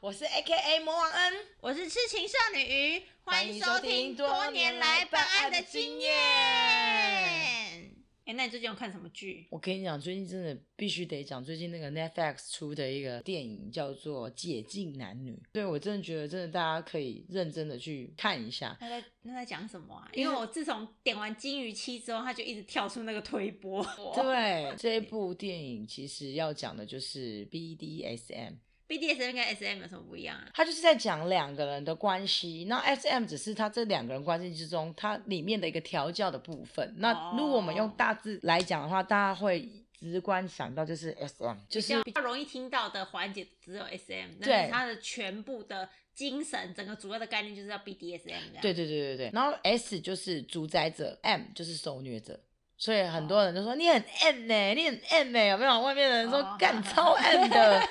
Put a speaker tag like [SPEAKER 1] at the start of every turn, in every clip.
[SPEAKER 1] 我是 A K A 魔王恩，
[SPEAKER 2] 我是痴情少女鱼，欢迎收听多年来办案的经验。哎，那你最近有看什么剧？
[SPEAKER 1] 我跟你讲，最近真的必须得讲，最近那个 Netflix 出的一个电影叫做《解禁男女》，对我真的觉得真的大家可以认真的去看一下。
[SPEAKER 2] 他在他在讲什么啊？因为我自从点完金鱼期之后，他就一直跳出那个推播。
[SPEAKER 1] 对，这部电影其实要讲的就是 BDSM。
[SPEAKER 2] BDSM 跟 SM 有什么不一样啊？
[SPEAKER 1] 他就是在讲两个人的关系，那 S M 只是他这两个人关系之中，它里面的一个调教的部分。那如果我们用大致来讲的话，大家会直观想到就是 S M，就
[SPEAKER 2] 比
[SPEAKER 1] 是
[SPEAKER 2] 较比较容易听到的环节只有 SM，
[SPEAKER 1] 对
[SPEAKER 2] 但是它的全部的精神，整个主要的概念就是要 BDSM 的。
[SPEAKER 1] 对对对对对。然后 S 就是主宰者，M 就是受虐者。所以很多人就说你很 M 呢、你很 M 呢、有没有？外面的人说
[SPEAKER 2] 哦
[SPEAKER 1] 干超 M 的，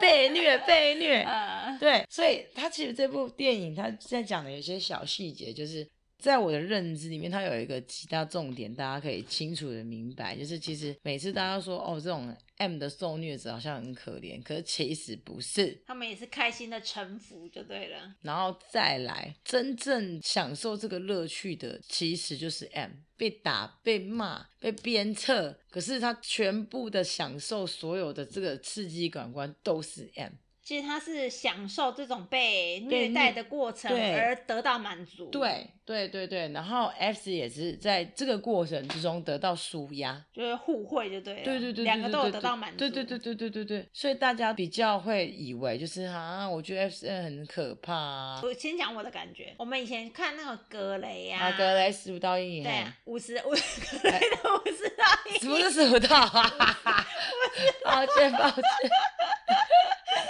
[SPEAKER 1] 被虐被 虐。
[SPEAKER 2] 呃，
[SPEAKER 1] 对，所以他其实这部电影他在讲的有些小细节，就是在我的认知里面，它有一个极大重点，大家可以清楚的明白，就是其实每次大家说哦，这种 M 的受虐者好像很可怜，可是其实不是。
[SPEAKER 2] 他们也是开心的臣服就对了。
[SPEAKER 1] 然后再来，真正享受这个乐趣的，其实就是 M 被打、被骂、被鞭策，可是他全部的享受，所有的这个刺激感官都是 M。
[SPEAKER 2] 其实他是享受这种被
[SPEAKER 1] 被
[SPEAKER 2] 虐
[SPEAKER 1] 虐
[SPEAKER 2] 待的过程
[SPEAKER 1] 对
[SPEAKER 2] 而得到满足。
[SPEAKER 1] 对，对对对，然后 F 也是在这个过程之中得到舒压，
[SPEAKER 2] 就是互惠就对了。
[SPEAKER 1] 对对对，对
[SPEAKER 2] 两个
[SPEAKER 1] 对
[SPEAKER 2] 都有
[SPEAKER 1] 对
[SPEAKER 2] 得
[SPEAKER 1] 对
[SPEAKER 2] 到满足。
[SPEAKER 1] 对对对对对对对，所以大家比较会以为就是啊，我觉得 F 很可怕啊，
[SPEAKER 2] 我先讲我的感觉，我们以前看那个格雷呀、
[SPEAKER 1] 啊格雷十五道阴影，
[SPEAKER 2] 对
[SPEAKER 1] 嘿
[SPEAKER 2] 啊，五十五格雷的五十道阴
[SPEAKER 1] 什么是 十五道啊？ 抱歉抱歉，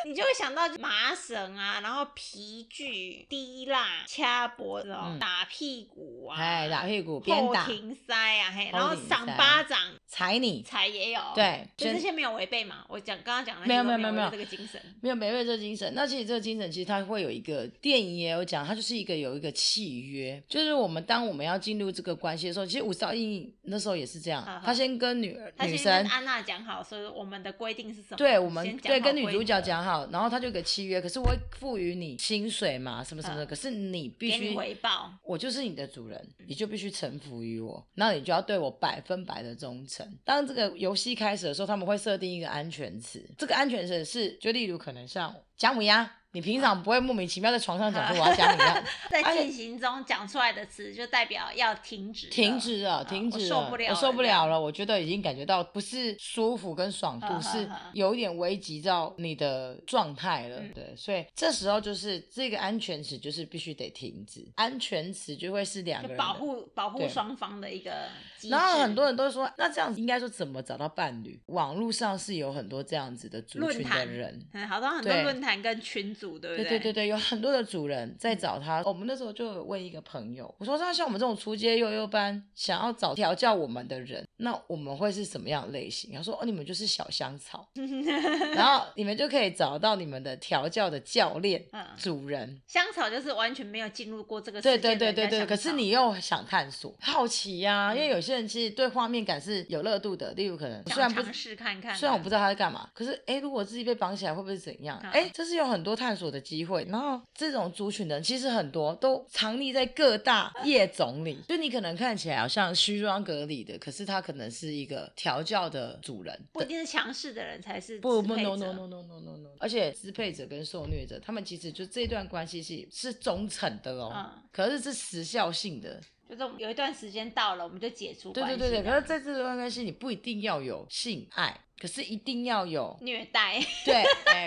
[SPEAKER 2] 你就会想到麻绳啊，然后皮具、滴蜡、掐脖子哦，
[SPEAKER 1] 嗯
[SPEAKER 2] 打屁股啊，
[SPEAKER 1] 哎，打屁股边
[SPEAKER 2] 后
[SPEAKER 1] 打
[SPEAKER 2] 停塞啊，嘿，
[SPEAKER 1] 后
[SPEAKER 2] 然后
[SPEAKER 1] 庭
[SPEAKER 2] 赏
[SPEAKER 1] 塞
[SPEAKER 2] 巴掌、
[SPEAKER 1] 踩你，
[SPEAKER 2] 踩也有，，
[SPEAKER 1] 对，
[SPEAKER 2] 哦就
[SPEAKER 1] 先
[SPEAKER 2] 这些没有违背嘛。我讲刚刚讲的
[SPEAKER 1] 没有
[SPEAKER 2] 没
[SPEAKER 1] 没有
[SPEAKER 2] 有
[SPEAKER 1] 没有
[SPEAKER 2] 违背这个精神，
[SPEAKER 1] 没有没有这个精神，那其实这个精神其实它会有一个电影也有讲，它就是一个有一个契约，就是我们当我们要进入这个关系的时候，其实五少阴影那时候也是这样
[SPEAKER 2] 好，好
[SPEAKER 1] 他先跟女
[SPEAKER 2] 啊他
[SPEAKER 1] 女
[SPEAKER 2] 先跟
[SPEAKER 1] 生。
[SPEAKER 2] 安娜讲好，说我们的规定是什么，
[SPEAKER 1] 对我们
[SPEAKER 2] 先讲
[SPEAKER 1] 对
[SPEAKER 2] 好
[SPEAKER 1] 跟女主
[SPEAKER 2] 规
[SPEAKER 1] 角
[SPEAKER 2] 则，
[SPEAKER 1] 讲好，然后他就有个契约，可是我会赋予你薪水嘛，什么什么的，
[SPEAKER 2] 嗯
[SPEAKER 1] 可是你必
[SPEAKER 2] 给
[SPEAKER 1] 须啊
[SPEAKER 2] 你回报，
[SPEAKER 1] 我就是你的主人，
[SPEAKER 2] 嗯
[SPEAKER 1] 你就必须臣服于我，那你就要对我百分百的忠诚。当这个游戏开始的时候，他们会设定一个安全词，这个安全词是就例如可能像姜母鸭，你平常不会莫名其妙在床上讲说我要姜母 鸭，
[SPEAKER 2] 在
[SPEAKER 1] 而且
[SPEAKER 2] 进行中讲出来的词就代表要停止了，
[SPEAKER 1] 停止了，
[SPEAKER 2] 啊
[SPEAKER 1] 停止
[SPEAKER 2] 我
[SPEAKER 1] 了，
[SPEAKER 2] 受不了
[SPEAKER 1] 我
[SPEAKER 2] 了
[SPEAKER 1] 受不
[SPEAKER 2] 这样
[SPEAKER 1] 了了，我觉得已经感觉到不是舒服跟爽度，
[SPEAKER 2] 啊啊啊
[SPEAKER 1] 是有一点危及到你的状态了，
[SPEAKER 2] 嗯
[SPEAKER 1] 对，所以这时候就是这个安全词就是必须得停止，安全词就会是两个
[SPEAKER 2] 就
[SPEAKER 1] 人
[SPEAKER 2] 保
[SPEAKER 1] 的
[SPEAKER 2] 护保护
[SPEAKER 1] 对
[SPEAKER 2] 双方的一个机制。
[SPEAKER 1] 然后很多人都说，那这样子应该说怎么找到伴侣？网络上是有很多这样子的族群
[SPEAKER 2] 论
[SPEAKER 1] 的
[SPEAKER 2] 坛
[SPEAKER 1] 人。
[SPEAKER 2] 嗯，好像很多
[SPEAKER 1] 对
[SPEAKER 2] 论坛跟群组，对不
[SPEAKER 1] 对
[SPEAKER 2] 对嗯
[SPEAKER 1] 对对对，有很多的主人在找他。哦我们那时候就有问一个朋友，我说那像我们这种出街幼幼班，想要找调教我们的人，那我们会是什么样的类型？他说哦，你们就是小 香草，然后你们就可以找到你们的调教的教练、
[SPEAKER 2] 嗯
[SPEAKER 1] 主人，
[SPEAKER 2] 香草就是完全没有进入过这个世界
[SPEAKER 1] 对对对
[SPEAKER 2] 的
[SPEAKER 1] 对
[SPEAKER 2] 人
[SPEAKER 1] 对，
[SPEAKER 2] 家
[SPEAKER 1] 可
[SPEAKER 2] 香
[SPEAKER 1] 是
[SPEAKER 2] 草
[SPEAKER 1] 你又想探索、好奇呀、因为
[SPEAKER 2] 嗯
[SPEAKER 1] 有些人其实对画面感是有热度的，例如可能虽
[SPEAKER 2] 想
[SPEAKER 1] 然不
[SPEAKER 2] 尝试看啊看，
[SPEAKER 1] 虽然我不知道他在干嘛，可是哎，诶如果自己被绑起来会不会怎样？
[SPEAKER 2] 嗯
[SPEAKER 1] 哎、这是有很多探索的机会。然后这种族群的人其实很多都藏匿在各大
[SPEAKER 2] 嗯
[SPEAKER 1] 夜种里，就你可能看起来好像虚装隔离的，可是他可能是一个调教的主人。
[SPEAKER 2] 不一定是强势的人才是
[SPEAKER 1] 不
[SPEAKER 2] 支
[SPEAKER 1] 不
[SPEAKER 2] 配
[SPEAKER 1] no
[SPEAKER 2] 者
[SPEAKER 1] no no no no no no，而且支配者跟受虐者，他们其实就这段关系是是忠诚的哦，
[SPEAKER 2] 嗯
[SPEAKER 1] 可是是时效性的，
[SPEAKER 2] 就是我们有一段时间到了，我们就解除
[SPEAKER 1] 对
[SPEAKER 2] 关
[SPEAKER 1] 对
[SPEAKER 2] 系这
[SPEAKER 1] 对对。可是
[SPEAKER 2] 样
[SPEAKER 1] 在这段关系，你不一定要有性爱，可是一定要有
[SPEAKER 2] 虐待
[SPEAKER 1] 对，哎、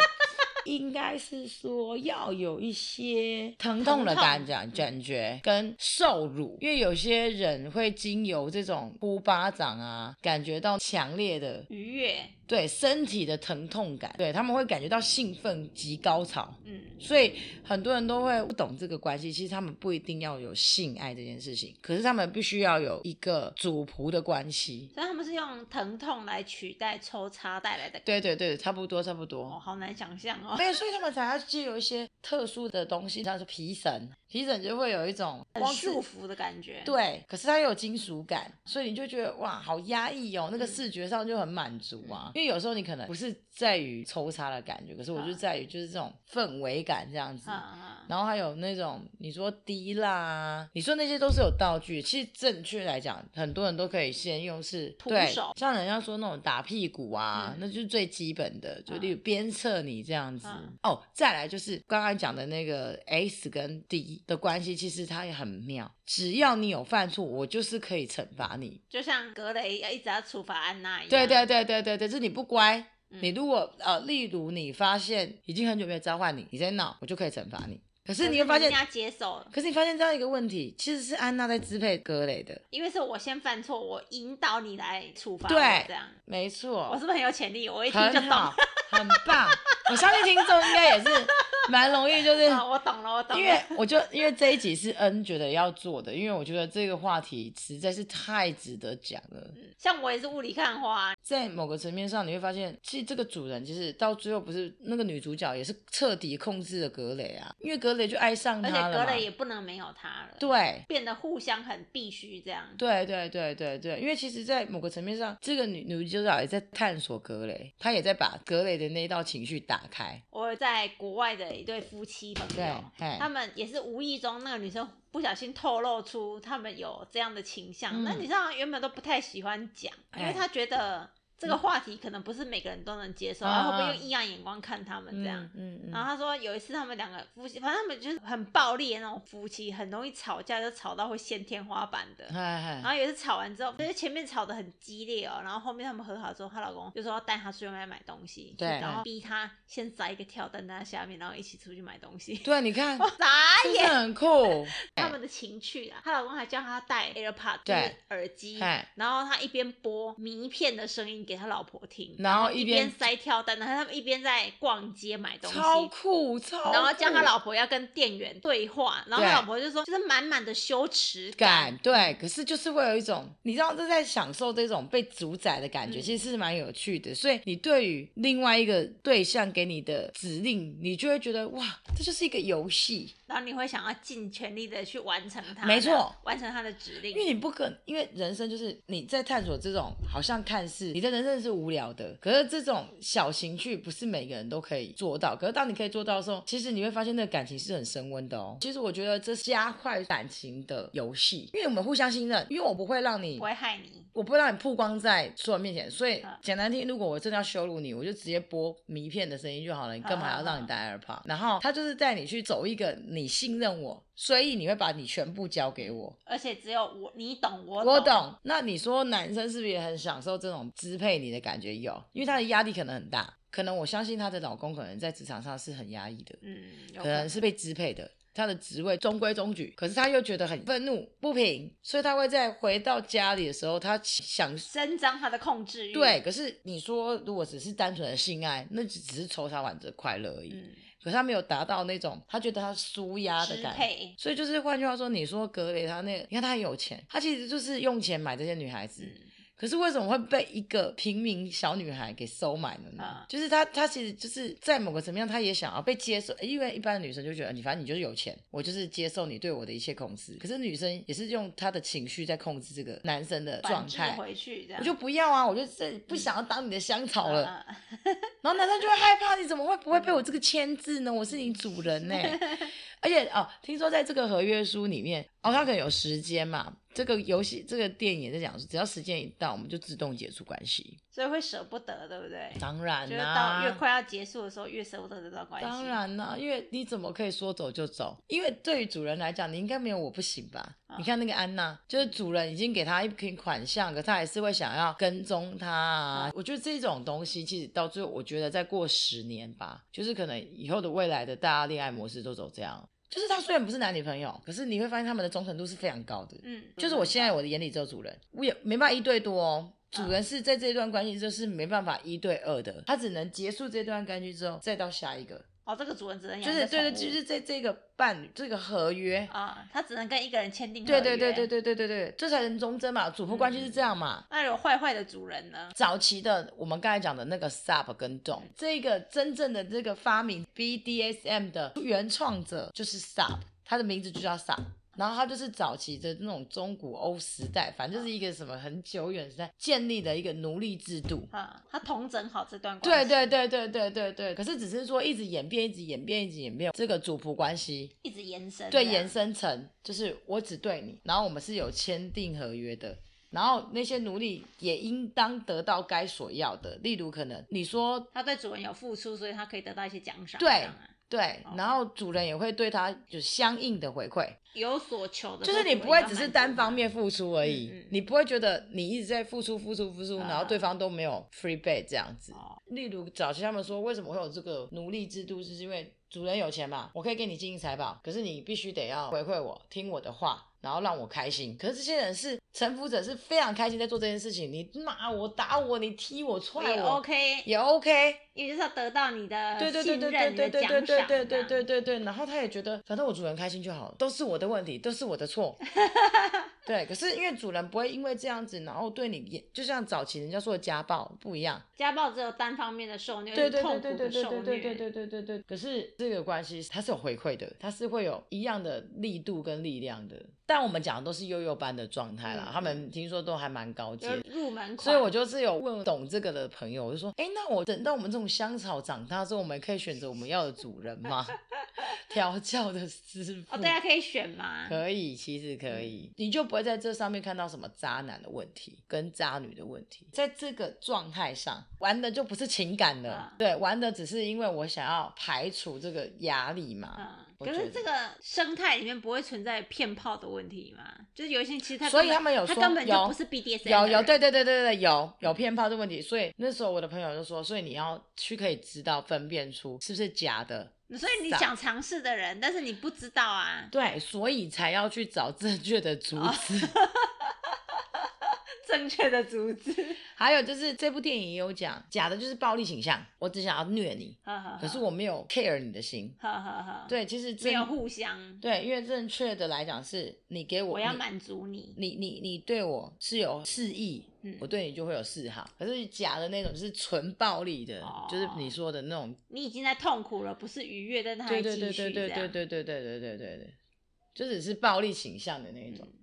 [SPEAKER 1] 应该是说要有一些疼痛的
[SPEAKER 2] 疼痛
[SPEAKER 1] 感觉，感觉跟受辱，因为有些人会经由这种呼巴掌啊，感觉到强烈的
[SPEAKER 2] 愉悦，
[SPEAKER 1] 对身体的疼痛感，对他们会感觉到兴奋及高潮。
[SPEAKER 2] 嗯，
[SPEAKER 1] 所以很多人都会不懂这个关系，其实他们不一定要有性爱这件事情，可是他们必须要有一个主仆的关系。
[SPEAKER 2] 所以他们是用疼痛来取代抽插带来的，
[SPEAKER 1] 对对对，差不多差不多。
[SPEAKER 2] 哦，好难想象哦。
[SPEAKER 1] 没以所以他们才要借有一些特殊的东西，像是皮绳，皮绳就会有一种
[SPEAKER 2] 很
[SPEAKER 1] 光是
[SPEAKER 2] 束缚的感觉。，
[SPEAKER 1] 对，可是它又有金属感，所以你就觉得哇，好压抑哦，那个
[SPEAKER 2] 嗯
[SPEAKER 1] 视觉上就很满足啊。因为有时候你可能不是在于抽插的感觉，可是我就
[SPEAKER 2] 啊
[SPEAKER 1] 在于就是这种氛围感这样子。
[SPEAKER 2] 嗯嗯，
[SPEAKER 1] 然后还有那种你说滴啦啊，你说那些都是有道具。其实正确来讲，很多人都可以先用是
[SPEAKER 2] 徒
[SPEAKER 1] 对
[SPEAKER 2] 手，
[SPEAKER 1] 像人家说那种打屁股啊，
[SPEAKER 2] 嗯
[SPEAKER 1] 那就是最基本的，就
[SPEAKER 2] 嗯
[SPEAKER 1] 例如鞭策你这样子。
[SPEAKER 2] 嗯
[SPEAKER 1] 哦，再来就是刚刚讲的那个 S 跟 D 的关系，其实它也很妙。只要你有犯错，我就是可以惩罚你。
[SPEAKER 2] 就像格雷要一直要处罚安娜一样。
[SPEAKER 1] 对对对对对对，就是你不乖，
[SPEAKER 2] 嗯，
[SPEAKER 1] 你如果呃，例如你发现已经很久没有召唤你，你在闹，我就可以惩罚你。可是你会发
[SPEAKER 2] 可
[SPEAKER 1] 现
[SPEAKER 2] 人，家接受了，
[SPEAKER 1] 可是你发现这样一个问题，其实是安娜在支配格雷的，
[SPEAKER 2] 因为是我先犯错，我引导你来处罚我，
[SPEAKER 1] 对
[SPEAKER 2] 这样。
[SPEAKER 1] 没
[SPEAKER 2] 我
[SPEAKER 1] 错
[SPEAKER 2] 是，不是很有潜力？我一听就懂。
[SPEAKER 1] 很好，很 棒。我相信听众应该也是蛮容易，就是
[SPEAKER 2] 啊，我懂了，我懂了。
[SPEAKER 1] 因为我就因为这一集是 N 觉得要做的，因为我觉得这个话题实在是太值得讲了。
[SPEAKER 2] 像我也是雾里看花，
[SPEAKER 1] 在某个层面上，你会发现，其实这个主人其实到最后不是那个女主角也是彻底控制了格雷啊，因为格雷就爱上
[SPEAKER 2] 而且
[SPEAKER 1] 嗯她了
[SPEAKER 2] 格
[SPEAKER 1] 嘛
[SPEAKER 2] 雷。也不能没有他了，
[SPEAKER 1] 对，
[SPEAKER 2] 变得互相很必须这样。
[SPEAKER 1] 对对对对对，因为其实，在某个层面上，这个女女主角也在探索格雷，她也在把格雷的那一道情绪打开。
[SPEAKER 2] 我在国外的一对夫妻朋
[SPEAKER 1] 对
[SPEAKER 2] 友，，
[SPEAKER 1] 哎
[SPEAKER 2] 他，们也是无意中那个女生不小心透露出他们有这样的倾向，
[SPEAKER 1] 嗯
[SPEAKER 2] 那女生好像原本都不太喜欢讲，因
[SPEAKER 1] 哎
[SPEAKER 2] 为她觉得这个话题可能不是每个人都能接受，
[SPEAKER 1] 啊
[SPEAKER 2] 然后会不会用异样眼光看他们这样。
[SPEAKER 1] 嗯嗯
[SPEAKER 2] 然后她
[SPEAKER 1] 嗯，
[SPEAKER 2] 说有一次他们两个夫妻，反正他们就是很暴力的那种夫妻，很容易吵架，就吵到会掀天花板的。
[SPEAKER 1] 哎
[SPEAKER 2] 然后也是吵完之后，就是前面吵得很激烈哦，然后后面他们和好之后，她老公就说要带她出去外面买东西，
[SPEAKER 1] 对
[SPEAKER 2] 然后逼她先塞一个跳蛋在她下面，然后一起出去买东西。
[SPEAKER 1] 对，你看，
[SPEAKER 2] 我
[SPEAKER 1] 是
[SPEAKER 2] 傻
[SPEAKER 1] 不
[SPEAKER 2] 眼
[SPEAKER 1] 是，很酷？
[SPEAKER 2] 他们的情趣啊，她老公还叫她戴 AirPod，就
[SPEAKER 1] 对
[SPEAKER 2] 是耳机，
[SPEAKER 1] 哎，
[SPEAKER 2] 然后她一边播迷片的声音给她老婆听，
[SPEAKER 1] 然后
[SPEAKER 2] 一
[SPEAKER 1] 一
[SPEAKER 2] 边
[SPEAKER 1] 边
[SPEAKER 2] 塞跳蛋，然后他们一边在逛街买东西，
[SPEAKER 1] 超酷，超酷，
[SPEAKER 2] 然后叫他老婆要跟店员对话，然后他
[SPEAKER 1] 对
[SPEAKER 2] 老婆就说就是满满的羞耻
[SPEAKER 1] 感，对，可是就是会有一种，你知道这在享受这种被主宰的感觉，
[SPEAKER 2] 嗯
[SPEAKER 1] 其实是蛮有趣的。所以你对于另外一个对象给你的指令，你就会觉得哇，这就是一个游戏。
[SPEAKER 2] 然后你会想要尽全力的去完成它，
[SPEAKER 1] 没
[SPEAKER 2] 这
[SPEAKER 1] 错
[SPEAKER 2] 样，完成他的指令
[SPEAKER 1] 因。为你不可，因为人生就是你在探索这种好像看似你的人生是无聊的，可是这种小情趣不是每个人都可以做到。可是当你可以做到的时候，其实你会发现那个感情是很升温的哦。其实我觉得这是加快感情的游戏，因为我们互相信任，因为我不会让你
[SPEAKER 2] 不。会害你，
[SPEAKER 1] 我不会让你曝光在所有人面前，所以
[SPEAKER 2] 啊
[SPEAKER 1] 简单听，如果我真的要羞辱你，我就直接播迷片的声音就好了，你干嘛还要让你戴 AirPod？然后他就是带你去走一个你信任我，所以你会把你全部交给我，
[SPEAKER 2] 而且只有我你懂我
[SPEAKER 1] 我懂。那你说男生是不是也很享受这种支配你的感觉？有，因为他的压力可能很大，可能我相信她的老公可能在职场上是很压抑的，
[SPEAKER 2] 嗯，有
[SPEAKER 1] 可
[SPEAKER 2] 可能
[SPEAKER 1] 能是被支配的。他的职位中规中矩，可是他又觉得很愤怒不平，所以他会在回到家里的时候，他想
[SPEAKER 2] 伸张他的控制欲。
[SPEAKER 1] 对。，可是你说如果只是单纯的性爱，那只只是抽查玩的快乐而已。
[SPEAKER 2] 嗯，
[SPEAKER 1] 可是他没有达到那种他觉得他舒压的
[SPEAKER 2] 支
[SPEAKER 1] 感觉。
[SPEAKER 2] 配，
[SPEAKER 1] 所以就是换句话说，你说格雷他那个，你看他很有钱，他其实就是用钱买这些女孩子。
[SPEAKER 2] 嗯，
[SPEAKER 1] 可是为什么会被一个平民小女孩给收买了呢？
[SPEAKER 2] 啊
[SPEAKER 1] 就是她，她其实就是在某个层面上，她也想要被接受，因为一般的女生就觉得你反正你就是有钱，我就是接受你对我的一切控制。可是女生也是用她的情绪在控制这个男生的状
[SPEAKER 2] 反制
[SPEAKER 1] 态。
[SPEAKER 2] 回去这样。
[SPEAKER 1] 我就不要啊！我就这不想要当你的香草了。
[SPEAKER 2] 嗯嗯
[SPEAKER 1] 然后男生就会害怕，你怎么会不会被我这个牵制呢？我是你主 人呢、而且哦，听说在这个合约书里面，哦，它可能有时间嘛。这个游戏这个电影也在讲，只要时间一到，我们就自动解除关系。
[SPEAKER 2] 所以会舍不得，对不对？
[SPEAKER 1] 当然
[SPEAKER 2] 就是
[SPEAKER 1] 啦、
[SPEAKER 2] 到越快要结束的时候，越舍不得这段关系。
[SPEAKER 1] 当，然啦、因为你怎么可以说走就走？因为对于主人来讲，你应该没有我不行吧？
[SPEAKER 2] 啊
[SPEAKER 1] 你看那个安娜，就是主人已经给她一笔款项，可她还是会想要跟踪她
[SPEAKER 2] 嗯
[SPEAKER 1] 啊。我觉得这种东西，其实到最后，我觉得再过十年吧，就是可能以后的未来的大家恋爱模式都走这样。就是他虽然不是男女朋友，可是你会发现他们的忠诚度是非常高的。
[SPEAKER 2] 嗯，嗯
[SPEAKER 1] 就是我现在我的眼里只有主人，我也没办法一对多哦。主人是在这段关系就是没办法一对二的，他只能结束这段关系之后再到下一个。
[SPEAKER 2] 哦，这个主人只能养
[SPEAKER 1] 就
[SPEAKER 2] 一个
[SPEAKER 1] 是
[SPEAKER 2] 宠物，
[SPEAKER 1] 对对，就是这这个伴侣这个合约，
[SPEAKER 2] 啊，他只能跟一个人签订合
[SPEAKER 1] 对对对
[SPEAKER 2] 约
[SPEAKER 1] 对。对对对对，这才能忠贞嘛，主仆关系是这样嘛。
[SPEAKER 2] 那有坏坏的主人呢？
[SPEAKER 1] 早期的我们刚才讲的那个 sub 跟 dom，这个真正的这个发明 BDSM 的原创者就是 sub，他的名字就叫 sub。然后他就是早期的那种中古欧时代，反正就是一个什么很久远时代建立的一个奴隶制度。
[SPEAKER 2] 啊，他统整好这段关
[SPEAKER 1] 对
[SPEAKER 2] 系，
[SPEAKER 1] 对对对对对对。可是只是说一直演变，一直演变，一直演变，这个主仆关系
[SPEAKER 2] 一直延伸，
[SPEAKER 1] 对延，伸成就是我只对你，然后我们是有签订合约的，然后那些奴隶也应当得到该所要的，例如可能你说
[SPEAKER 2] 他对主人有付出，所以他可以得到一些奖赏，
[SPEAKER 1] 对
[SPEAKER 2] 这样啊
[SPEAKER 1] 对
[SPEAKER 2] 哦，
[SPEAKER 1] 然后主人也会对他有相应的回馈，
[SPEAKER 2] 有所求的时
[SPEAKER 1] 就
[SPEAKER 2] 候，
[SPEAKER 1] 是你不会只是单方
[SPEAKER 2] 面。
[SPEAKER 1] 面付出而已，
[SPEAKER 2] 嗯嗯
[SPEAKER 1] 你不会觉得你一直在付出、付出、付出，
[SPEAKER 2] 啊
[SPEAKER 1] 然后对方都没有 free b a y 这样子。
[SPEAKER 2] 哦
[SPEAKER 1] 例如早期他们说为什么会有这个奴隶制度，就是因为主人有钱嘛，我可以给你金银财宝，可是你必须得要回馈我，听我的话。然后让我开心，可是这些人是臣服者，是非常开心在做这件事情。你骂我、打我、你踢我、
[SPEAKER 2] 我
[SPEAKER 1] 踹
[SPEAKER 2] 也
[SPEAKER 1] 我
[SPEAKER 2] OK，
[SPEAKER 1] 也 OK，
[SPEAKER 2] 因为就是要得到你的
[SPEAKER 1] 对对对
[SPEAKER 2] 信
[SPEAKER 1] 对
[SPEAKER 2] 任、
[SPEAKER 1] 对
[SPEAKER 2] 你
[SPEAKER 1] 对
[SPEAKER 2] 的
[SPEAKER 1] 对
[SPEAKER 2] 奖
[SPEAKER 1] 对
[SPEAKER 2] 赏这样，
[SPEAKER 1] 对对对对对对，然后他也觉得反正我主人开心就好了，都是我的问题，都是我的 错。对，可是因为主人不会因为这样子，然后对你也就像早期人家说的家暴不一样。
[SPEAKER 2] 家暴只有单方面的受虐，
[SPEAKER 1] 对对
[SPEAKER 2] 痛
[SPEAKER 1] 对
[SPEAKER 2] 苦
[SPEAKER 1] 对对
[SPEAKER 2] 的
[SPEAKER 1] 对
[SPEAKER 2] 受
[SPEAKER 1] 对
[SPEAKER 2] 虐，
[SPEAKER 1] 对对对对对对。可是这个关系它是有回馈的，它是会有一样的力度跟力量的。但我们讲的都是幼幼班的状态啦
[SPEAKER 2] 嗯，
[SPEAKER 1] 他们听说都还蛮高阶的。
[SPEAKER 2] 就是入门款。
[SPEAKER 1] 所以我就是有问懂这个的朋友，我就说，哎、那我等到我们这种香草长大之后，我们可以选择我们要的主人吗？ 调教的师傅。
[SPEAKER 2] 哦，对啊，嗯可以选嘛，
[SPEAKER 1] 可以，其实可以，你就不会在这上面看到什么渣男的问题跟渣女的问题。在这个状态上，玩的就不是情感了，
[SPEAKER 2] 啊
[SPEAKER 1] 对，玩的只是因为我想要排除这个压力嘛。
[SPEAKER 2] 嗯，
[SPEAKER 1] 啊我
[SPEAKER 2] 可
[SPEAKER 1] 觉
[SPEAKER 2] 是
[SPEAKER 1] 得
[SPEAKER 2] 这个生态里面不会存在骗炮的问题嘛？就是有一些其实他根
[SPEAKER 1] 所以
[SPEAKER 2] 本
[SPEAKER 1] 他们有
[SPEAKER 2] 他
[SPEAKER 1] 说
[SPEAKER 2] 根本就
[SPEAKER 1] 有
[SPEAKER 2] 不是 BDSM，
[SPEAKER 1] 有
[SPEAKER 2] 的
[SPEAKER 1] 有
[SPEAKER 2] 人
[SPEAKER 1] 对对对对对有
[SPEAKER 2] 嗯
[SPEAKER 1] 有骗炮这问题，所以那时候我的朋友就说，所以你要去可以知道分辨出是不是假的，
[SPEAKER 2] 所以你
[SPEAKER 1] 傻
[SPEAKER 2] 想尝试的人，但是你不知道 啊，
[SPEAKER 1] 对，所以才要去找正确的主
[SPEAKER 2] 哦
[SPEAKER 1] 旨。
[SPEAKER 2] 正确的组织。
[SPEAKER 1] 还有就是这部电影也有讲，假的就是暴力倾向，我只想要虐你，
[SPEAKER 2] 呵呵呵
[SPEAKER 1] 可是，我没有 care 你的心。
[SPEAKER 2] 呵呵呵，，
[SPEAKER 1] 对，其实真
[SPEAKER 2] 哦没有互相，
[SPEAKER 1] 对，因为正确的来讲是你给我
[SPEAKER 2] 我要
[SPEAKER 1] 你
[SPEAKER 2] 满足你，
[SPEAKER 1] 你你你对我是有示意，
[SPEAKER 2] 嗯
[SPEAKER 1] 我对你就会有示好。可是假的那种就是纯暴力的，
[SPEAKER 2] 哦
[SPEAKER 1] 就是你说的那种，
[SPEAKER 2] 你已经在痛苦了，不是愉悦，但是他还
[SPEAKER 1] 对对
[SPEAKER 2] 继
[SPEAKER 1] 对
[SPEAKER 2] 续
[SPEAKER 1] 对
[SPEAKER 2] 这
[SPEAKER 1] 对
[SPEAKER 2] 样
[SPEAKER 1] 对对对对对对对对，就只是暴力倾向的那一种。
[SPEAKER 2] 嗯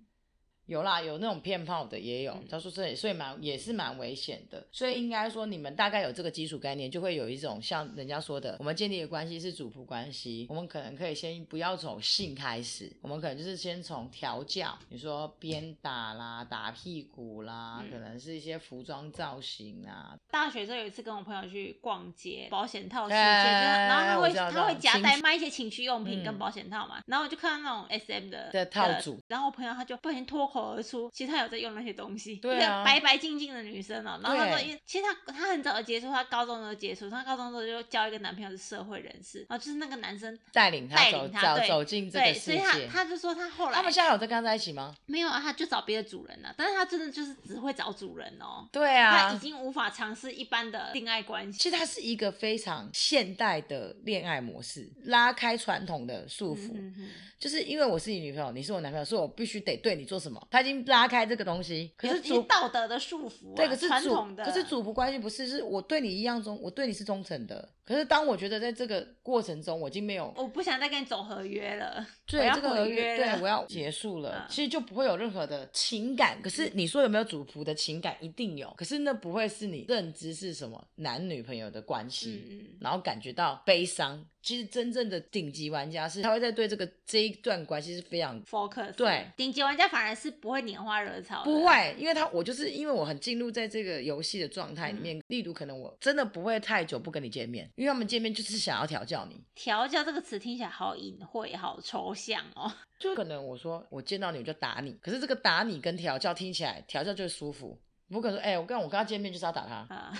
[SPEAKER 1] 有啦，有那种骗炮的也有
[SPEAKER 2] 嗯，
[SPEAKER 1] 他说这所以蛮也是蛮危险的，所以应该说你们大概有这个基础概念，就会有一种像人家说的，我们建立的关系是主仆关系，我们可能可以先不要从性开始，我们可能就是先从调教，你说鞭打啦、打屁股啦，
[SPEAKER 2] 嗯
[SPEAKER 1] 可能是一些服装造型啊，
[SPEAKER 2] 大学的时候有一次跟我朋友去逛街，保险套世界，
[SPEAKER 1] 哎
[SPEAKER 2] 就是然后他
[SPEAKER 1] 我
[SPEAKER 2] 会
[SPEAKER 1] 知道
[SPEAKER 2] 他会
[SPEAKER 1] 知道
[SPEAKER 2] 夹带
[SPEAKER 1] 情
[SPEAKER 2] 卖一些情趣用品
[SPEAKER 1] 嗯
[SPEAKER 2] 跟保险套嘛，然后我就看到那种 S M 的
[SPEAKER 1] 的套组，
[SPEAKER 2] 然后我朋友他就不小心脱口而出，其实他有在用那些东西，
[SPEAKER 1] 对啊
[SPEAKER 2] 一个白白净净的女生哦、然后他说，
[SPEAKER 1] 对
[SPEAKER 2] 因为其实他他很早就接触，他高中就接触，他高中的时候就交一个男朋友是社会人士，然后就是那个男生。
[SPEAKER 1] 带领他
[SPEAKER 2] 带
[SPEAKER 1] 走
[SPEAKER 2] 领他
[SPEAKER 1] 走
[SPEAKER 2] 对
[SPEAKER 1] 走进这
[SPEAKER 2] 对，
[SPEAKER 1] 个
[SPEAKER 2] 所
[SPEAKER 1] 世
[SPEAKER 2] 以他
[SPEAKER 1] 界。
[SPEAKER 2] 他就说他后来
[SPEAKER 1] 他们现在有在跟他在一起吗？
[SPEAKER 2] 没有啊，他就找别的主人了、但是他真的就是只会找主人哦、
[SPEAKER 1] 对
[SPEAKER 2] 他已
[SPEAKER 1] 啊，
[SPEAKER 2] 经无法尝试一般的恋爱关系。
[SPEAKER 1] 其实它是一个非常现代的恋爱模式，拉开传统的束缚。
[SPEAKER 2] 嗯嗯嗯
[SPEAKER 1] 就是因为我是你女朋友，你是我男朋友，所以我必须得对你做什么。他已经拉开这个东西，可
[SPEAKER 2] 有
[SPEAKER 1] 是
[SPEAKER 2] 一些
[SPEAKER 1] 主
[SPEAKER 2] 道德的束缚、啊，
[SPEAKER 1] 对，可是
[SPEAKER 2] 传
[SPEAKER 1] 主
[SPEAKER 2] 统的，
[SPEAKER 1] 可是主仆关系不是，是我对你一样忠，我对你是忠诚的。可是当我觉得在这个过程中，我已经没有
[SPEAKER 2] 我不想再跟你走合约了，哦我
[SPEAKER 1] 对
[SPEAKER 2] 要
[SPEAKER 1] 这个
[SPEAKER 2] 毁
[SPEAKER 1] 合
[SPEAKER 2] 约
[SPEAKER 1] 约，
[SPEAKER 2] 了
[SPEAKER 1] 对我要结束了
[SPEAKER 2] 嗯，
[SPEAKER 1] 其实就不会有任何的情感。可是你说有没有主仆的情感，一定有，可是那不会是你认知是什么男女朋友的关系。
[SPEAKER 2] 嗯
[SPEAKER 1] 然后感觉到悲伤。其实真正的顶级玩家是，他会在对这个这一段关系是非常
[SPEAKER 2] 嗯，focus，
[SPEAKER 1] 对，
[SPEAKER 2] 顶级玩家反而是不会拈花惹草，
[SPEAKER 1] 不，会，因为他我就是因为我很进入在这个游戏的状态里面。例如，可能我真的不会太久不跟你见面，因为他们见面就是想要调教你。
[SPEAKER 2] 调教这个词听起来好隐晦，好抽象哦，
[SPEAKER 1] 就可能我说我见到你我就打你，可是这个打你跟调教听起来调教就舒服。不可能说，哎、我跟我跟他见面就是要打他，
[SPEAKER 2] 啊，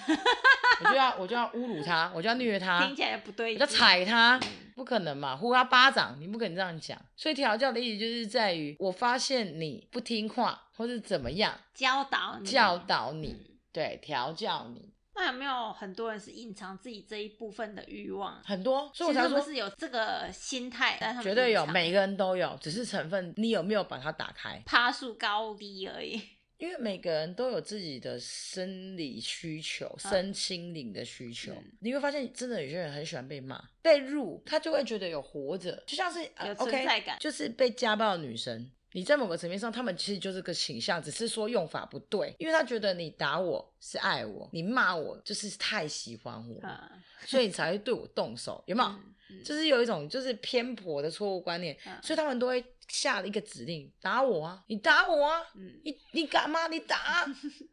[SPEAKER 1] 我就要我就要侮辱他，我就要虐他，
[SPEAKER 2] 听起来不对
[SPEAKER 1] 你
[SPEAKER 2] 劲，
[SPEAKER 1] 就啊踩他，不可能嘛，呼他巴掌，你不可能这样讲。所以调教的意思就是在于，我发现你不听话，或是怎么样，
[SPEAKER 2] 教导你，
[SPEAKER 1] 教导你，
[SPEAKER 2] 嗯
[SPEAKER 1] 对，调教你。
[SPEAKER 2] 那有没有很多人是隐藏自己这一部分的欲望？啊
[SPEAKER 1] 很多，所以
[SPEAKER 2] 其实
[SPEAKER 1] 我才
[SPEAKER 2] 他
[SPEAKER 1] 说
[SPEAKER 2] 们是有这个心态，但他们
[SPEAKER 1] 绝对有，
[SPEAKER 2] 隐藏
[SPEAKER 1] 每个人都有，只是成分你有没有把它打开？
[SPEAKER 2] 趴数高低而已。
[SPEAKER 1] 因为每个人都有自己的生理需求、身心灵的需求。
[SPEAKER 2] 嗯
[SPEAKER 1] 你会发现，真的有些人很喜欢被骂、被辱，他就会觉得有活着，就像是、呃、
[SPEAKER 2] 有存在感
[SPEAKER 1] o k 就是被家暴的女生。你在某个层面上，他们其实就是个倾向，只是说用法不对，因为他觉得你打我是爱我，你骂我就是太喜欢我了，
[SPEAKER 2] 嗯，
[SPEAKER 1] 所以你才会对我动手，有没有？
[SPEAKER 2] 嗯嗯
[SPEAKER 1] 就是有一种就是偏颇的错误观念，
[SPEAKER 2] 嗯
[SPEAKER 1] 所以他们都会下一个指令：打我啊，你打我啊，
[SPEAKER 2] 嗯
[SPEAKER 1] 你你敢吗？你打 啊、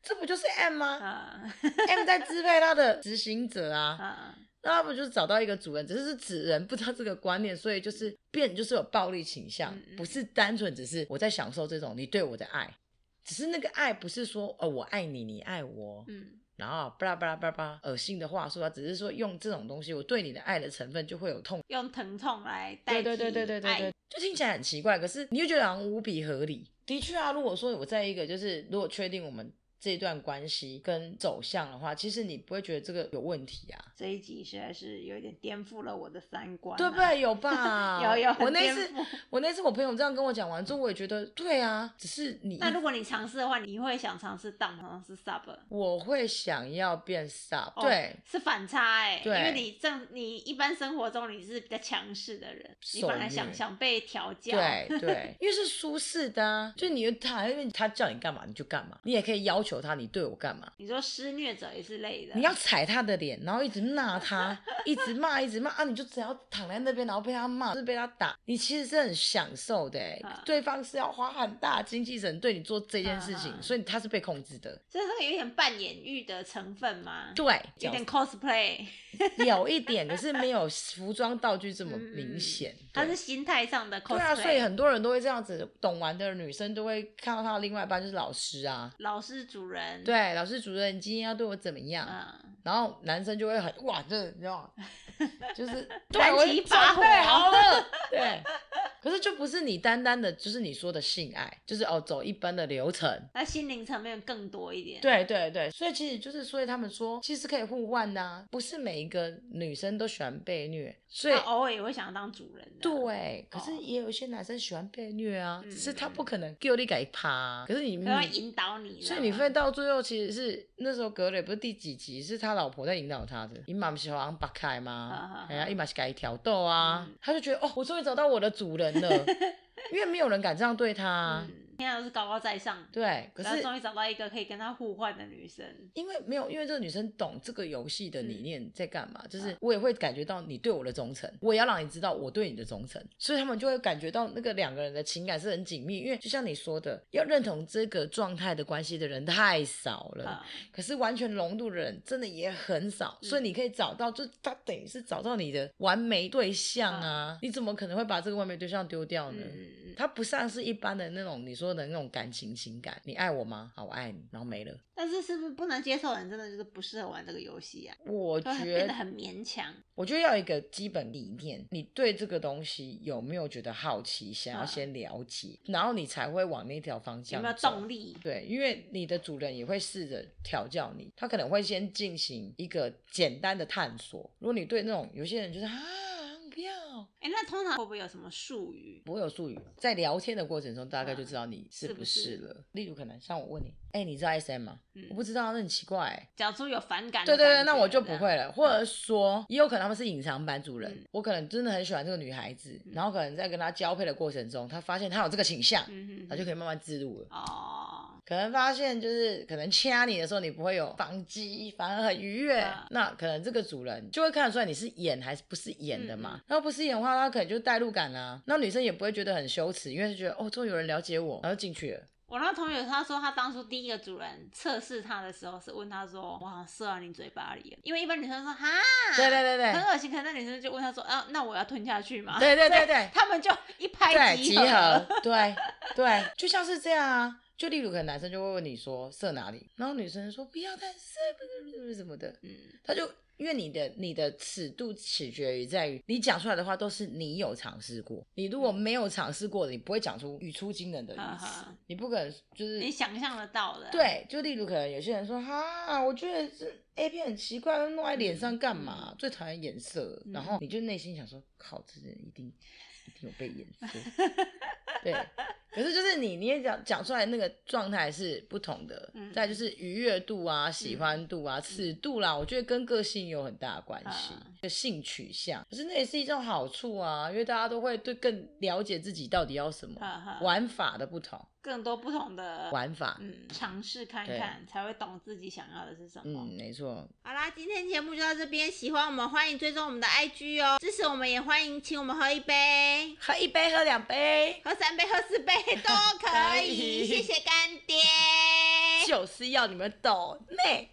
[SPEAKER 1] 这不就是 M 吗
[SPEAKER 2] 啊
[SPEAKER 1] ？M 在支配他的执行者啊，
[SPEAKER 2] 啊
[SPEAKER 1] 那他不就是找到一个主人，只是是此人不知道这个观念，所以就是变就是有暴力倾向
[SPEAKER 2] 嗯，嗯
[SPEAKER 1] 不是单纯只是我在享受这种你对我的爱，只是那个爱不是说哦我爱你，你爱我，
[SPEAKER 2] 嗯
[SPEAKER 1] 然后巴拉巴拉巴拉巴拉恶心的话术啊，只是说用这种东西，我对你的爱的成分就会有痛。
[SPEAKER 2] 用疼痛来代替
[SPEAKER 1] 对对对对对对
[SPEAKER 2] 爱
[SPEAKER 1] 对，就听起来很奇怪，可是你又觉得好像无比合理。的确啊，如果说我在一个就是如果确定我们这段关系跟走向的话，其实你不会觉得这个有问题 啊，
[SPEAKER 2] 这一集实在是有一点颠覆了我的三观、啊，
[SPEAKER 1] 对不？对？ 有吧？
[SPEAKER 2] 有有，很
[SPEAKER 1] 我那
[SPEAKER 2] 颠
[SPEAKER 1] 次
[SPEAKER 2] 覆
[SPEAKER 1] 我那次我朋友这样跟我讲完之后，我也觉得对啊，只是你
[SPEAKER 2] 那如果你尝试的话，你会想尝试 down 尝试 sub？
[SPEAKER 1] 我会想要变 sub，、
[SPEAKER 2] 哦
[SPEAKER 1] 对，
[SPEAKER 2] 是反差哎、
[SPEAKER 1] 对
[SPEAKER 2] 因为你正你一般生活中你是比较强势的人，你本来
[SPEAKER 1] 受
[SPEAKER 2] 想
[SPEAKER 1] 虐
[SPEAKER 2] 想被调教，
[SPEAKER 1] 对 对，因为是舒适的啊，就你他因为他叫你干嘛你就干嘛，你也可以要求他你对我干嘛，
[SPEAKER 2] 你说施虐者也是累的，
[SPEAKER 1] 你要踩他的脸，然后一直 骂他，一直骂，一直骂啊！你就只要躺在那边，然后被他骂，就是被他打，你其实是很享受的欸、
[SPEAKER 2] 啊
[SPEAKER 1] 对方是要花很大的精气神对你做这件事情，
[SPEAKER 2] 啊啊
[SPEAKER 1] 所以他是被控制的。
[SPEAKER 2] 这是有点扮演欲的成分吗？
[SPEAKER 1] 对，
[SPEAKER 2] 有点 cosplay，
[SPEAKER 1] 有一点，可是没有服装道具这么
[SPEAKER 2] 嗯嗯
[SPEAKER 1] 明显。
[SPEAKER 2] 它
[SPEAKER 1] 对
[SPEAKER 2] 是心态上的 cosplay。
[SPEAKER 1] 对啊，所以很多人都会这样子，懂玩的女生都会看到她的另外一半就是老师啊。
[SPEAKER 2] 老师主人，，
[SPEAKER 1] 对，啊老师主任，你今天要对我怎么样？
[SPEAKER 2] 嗯，
[SPEAKER 1] 然后男生就会很哇，这你知道吗？ 就是
[SPEAKER 2] 燃
[SPEAKER 1] 对啊我
[SPEAKER 2] 起
[SPEAKER 1] 就
[SPEAKER 2] 把火
[SPEAKER 1] 准备好 了，对。可是就不是你单单的，就是你说的性爱，就是哦走一般的流程。
[SPEAKER 2] 那心灵层面更多一点。，
[SPEAKER 1] 对对对，所以其实就是，所以他们说，其实可以互换呐、不是每一个女生都喜欢被虐，所以、
[SPEAKER 2] 他偶尔也会想当主人的。，
[SPEAKER 1] 对，可是
[SPEAKER 2] 哦
[SPEAKER 1] 也有一些男生喜欢被虐啊，
[SPEAKER 2] 嗯
[SPEAKER 1] 只是他不可能给我你改趴、啊可是你
[SPEAKER 2] 他会
[SPEAKER 1] 你
[SPEAKER 2] 引导你，
[SPEAKER 1] 所以
[SPEAKER 2] 知道
[SPEAKER 1] 你
[SPEAKER 2] 吗
[SPEAKER 1] 会到最后，其实是那时候格雷不是第几集是他老婆在引导他的，你妈不是好像扒开吗
[SPEAKER 2] 啊？
[SPEAKER 1] 哎呀，一马是改挑逗啊
[SPEAKER 2] 嗯，
[SPEAKER 1] 他就觉得哦，我终于找到我的主 人了，因为没有人敢这样对他啊。
[SPEAKER 2] 嗯，现在都是高高在上，
[SPEAKER 1] 对，可
[SPEAKER 2] 然后
[SPEAKER 1] 是
[SPEAKER 2] 终于找到一个可以跟他互换的女生。
[SPEAKER 1] 因为没有，因为这个女生懂这个游戏的
[SPEAKER 2] 嗯
[SPEAKER 1] 理念在干嘛，
[SPEAKER 2] 啊
[SPEAKER 1] 就是我也会感觉到你对我的忠诚，我也要让你知道我对你的忠诚，所以他们就会感觉到那个两个人的情感是很紧密，因为就像你说的，要认同这个状态的关系的人太少了。
[SPEAKER 2] 啊，
[SPEAKER 1] 可是完全融入的人真的也很少，
[SPEAKER 2] 嗯
[SPEAKER 1] 所以你可以找到，就他等于是找到你的完美对象啊！你怎么可能会把这个完美对象丢掉
[SPEAKER 2] 嗯
[SPEAKER 1] 呢？
[SPEAKER 2] 嗯嗯。
[SPEAKER 1] 它不像是一般的那种你说的那种感情情感，你爱我吗？好，我爱你，然后没了。
[SPEAKER 2] 但是是不是不能接受的人真的就是不适合玩这个游戏啊？
[SPEAKER 1] 我
[SPEAKER 2] 会很 变
[SPEAKER 1] 觉
[SPEAKER 2] 得
[SPEAKER 1] 得，
[SPEAKER 2] 很勉强。
[SPEAKER 1] 我觉得要有一个基本理念，你对这个东西有没有觉得好奇，想要
[SPEAKER 2] 嗯
[SPEAKER 1] 先了解，然后你才会往那条方
[SPEAKER 2] 有
[SPEAKER 1] 向
[SPEAKER 2] 没有
[SPEAKER 1] 走
[SPEAKER 2] 动力？
[SPEAKER 1] 对，因为你的主人也会试着调教你，他可能会先进行一个简单的探索。如果你对那种有些人就是啊不要，
[SPEAKER 2] 哎、那通常会不会有什么术语？
[SPEAKER 1] 不会有术语，在聊天的过程中大概就
[SPEAKER 2] 啊
[SPEAKER 1] 知道你是
[SPEAKER 2] 是
[SPEAKER 1] 不
[SPEAKER 2] 不
[SPEAKER 1] 是
[SPEAKER 2] 是
[SPEAKER 1] 了。例如可能像我问你，哎、你知道 SM 吗？我不
[SPEAKER 2] 嗯，
[SPEAKER 1] 知道，那很奇怪、欸。
[SPEAKER 2] 讲出有反感的
[SPEAKER 1] 对对对，
[SPEAKER 2] 感觉
[SPEAKER 1] 那我就不
[SPEAKER 2] 这样
[SPEAKER 1] 会了。或者说，也有可能他们是隐藏版主人，
[SPEAKER 2] 嗯
[SPEAKER 1] 我可能真的很喜欢这个女孩子，
[SPEAKER 2] 嗯
[SPEAKER 1] 然后可能在跟她交配的过程中，她发现她有这个倾向，
[SPEAKER 2] 嗯哼
[SPEAKER 1] 她就
[SPEAKER 2] 以。
[SPEAKER 1] 可以慢慢自入了。
[SPEAKER 2] 哦，
[SPEAKER 1] 可能发现就是可能掐你的时候，你不会有防击，反而很愉悦。
[SPEAKER 2] 啊
[SPEAKER 1] 那可能这个主人就会看得出来你是演还是不是演的嘛
[SPEAKER 2] 嗯。
[SPEAKER 1] 那、不是演的话，他可能就代入感啦、啊那女生也不会觉得很羞耻，因为就觉得哦，终于有人了解我，然后进去了。
[SPEAKER 2] 我那同学他说，他当初第一个主人测试他的时候是问他说：“我好像射到你嘴巴里了。”因为一般女生说：“哈，
[SPEAKER 1] 对对对对
[SPEAKER 2] 啊很恶心。”可能那女生就问他说：“啊，那我要吞下去吗？”
[SPEAKER 1] 对对
[SPEAKER 2] 所以
[SPEAKER 1] 对对
[SPEAKER 2] 他们就一拍
[SPEAKER 1] 对，
[SPEAKER 2] 即
[SPEAKER 1] 集合，对对，就像是这样啊。就例如可能男生就会问你说射哪里，然后女生说不要再射，不是不是什么的，
[SPEAKER 2] 嗯，
[SPEAKER 1] 他就因为你的你的尺度取决于在于你讲出来的话都是你有尝试过，你如果没有尝试过的，你不会讲出语出惊人的语
[SPEAKER 2] 哈
[SPEAKER 1] 词，
[SPEAKER 2] 哈，嗯
[SPEAKER 1] 你不可能就是
[SPEAKER 2] 你想象得到的。，
[SPEAKER 1] 对，就例如可能有些人说哈，我觉得是 A 片很奇怪，弄在脸上干嘛？最讨厌颜色了。然
[SPEAKER 2] 嗯
[SPEAKER 1] 后你就内心想说，靠，这人一定一定有被颜 色。对，可是就是你你也讲讲出来那个状态是不同的。
[SPEAKER 2] 嗯
[SPEAKER 1] 再就是愉悦度啊、喜
[SPEAKER 2] 嗯
[SPEAKER 1] 欢度啊、尺度啦，我觉得跟个性有很大的关系
[SPEAKER 2] 啊，
[SPEAKER 1] 就性取向。可是那也是一种好处啊，因为大家都会对更了解自己到底要什么。
[SPEAKER 2] 哈哈
[SPEAKER 1] 玩法的不同，
[SPEAKER 2] 更多不同的
[SPEAKER 1] 玩法，
[SPEAKER 2] 嗯，尝试看
[SPEAKER 1] 对
[SPEAKER 2] 看，才会懂自己想要的是什么。
[SPEAKER 1] 嗯，没错，
[SPEAKER 2] 好啦，今天节目就到这边，喜欢我们欢迎追踪我们的 IG 哦，支持我们也欢迎请我们喝一杯、
[SPEAKER 1] 喝一杯，喝两杯，
[SPEAKER 2] 喝三杯、喝四杯都可
[SPEAKER 1] 可
[SPEAKER 2] 以。
[SPEAKER 1] 以
[SPEAKER 2] 谢谢干爹。
[SPEAKER 1] 就是要你们懂内。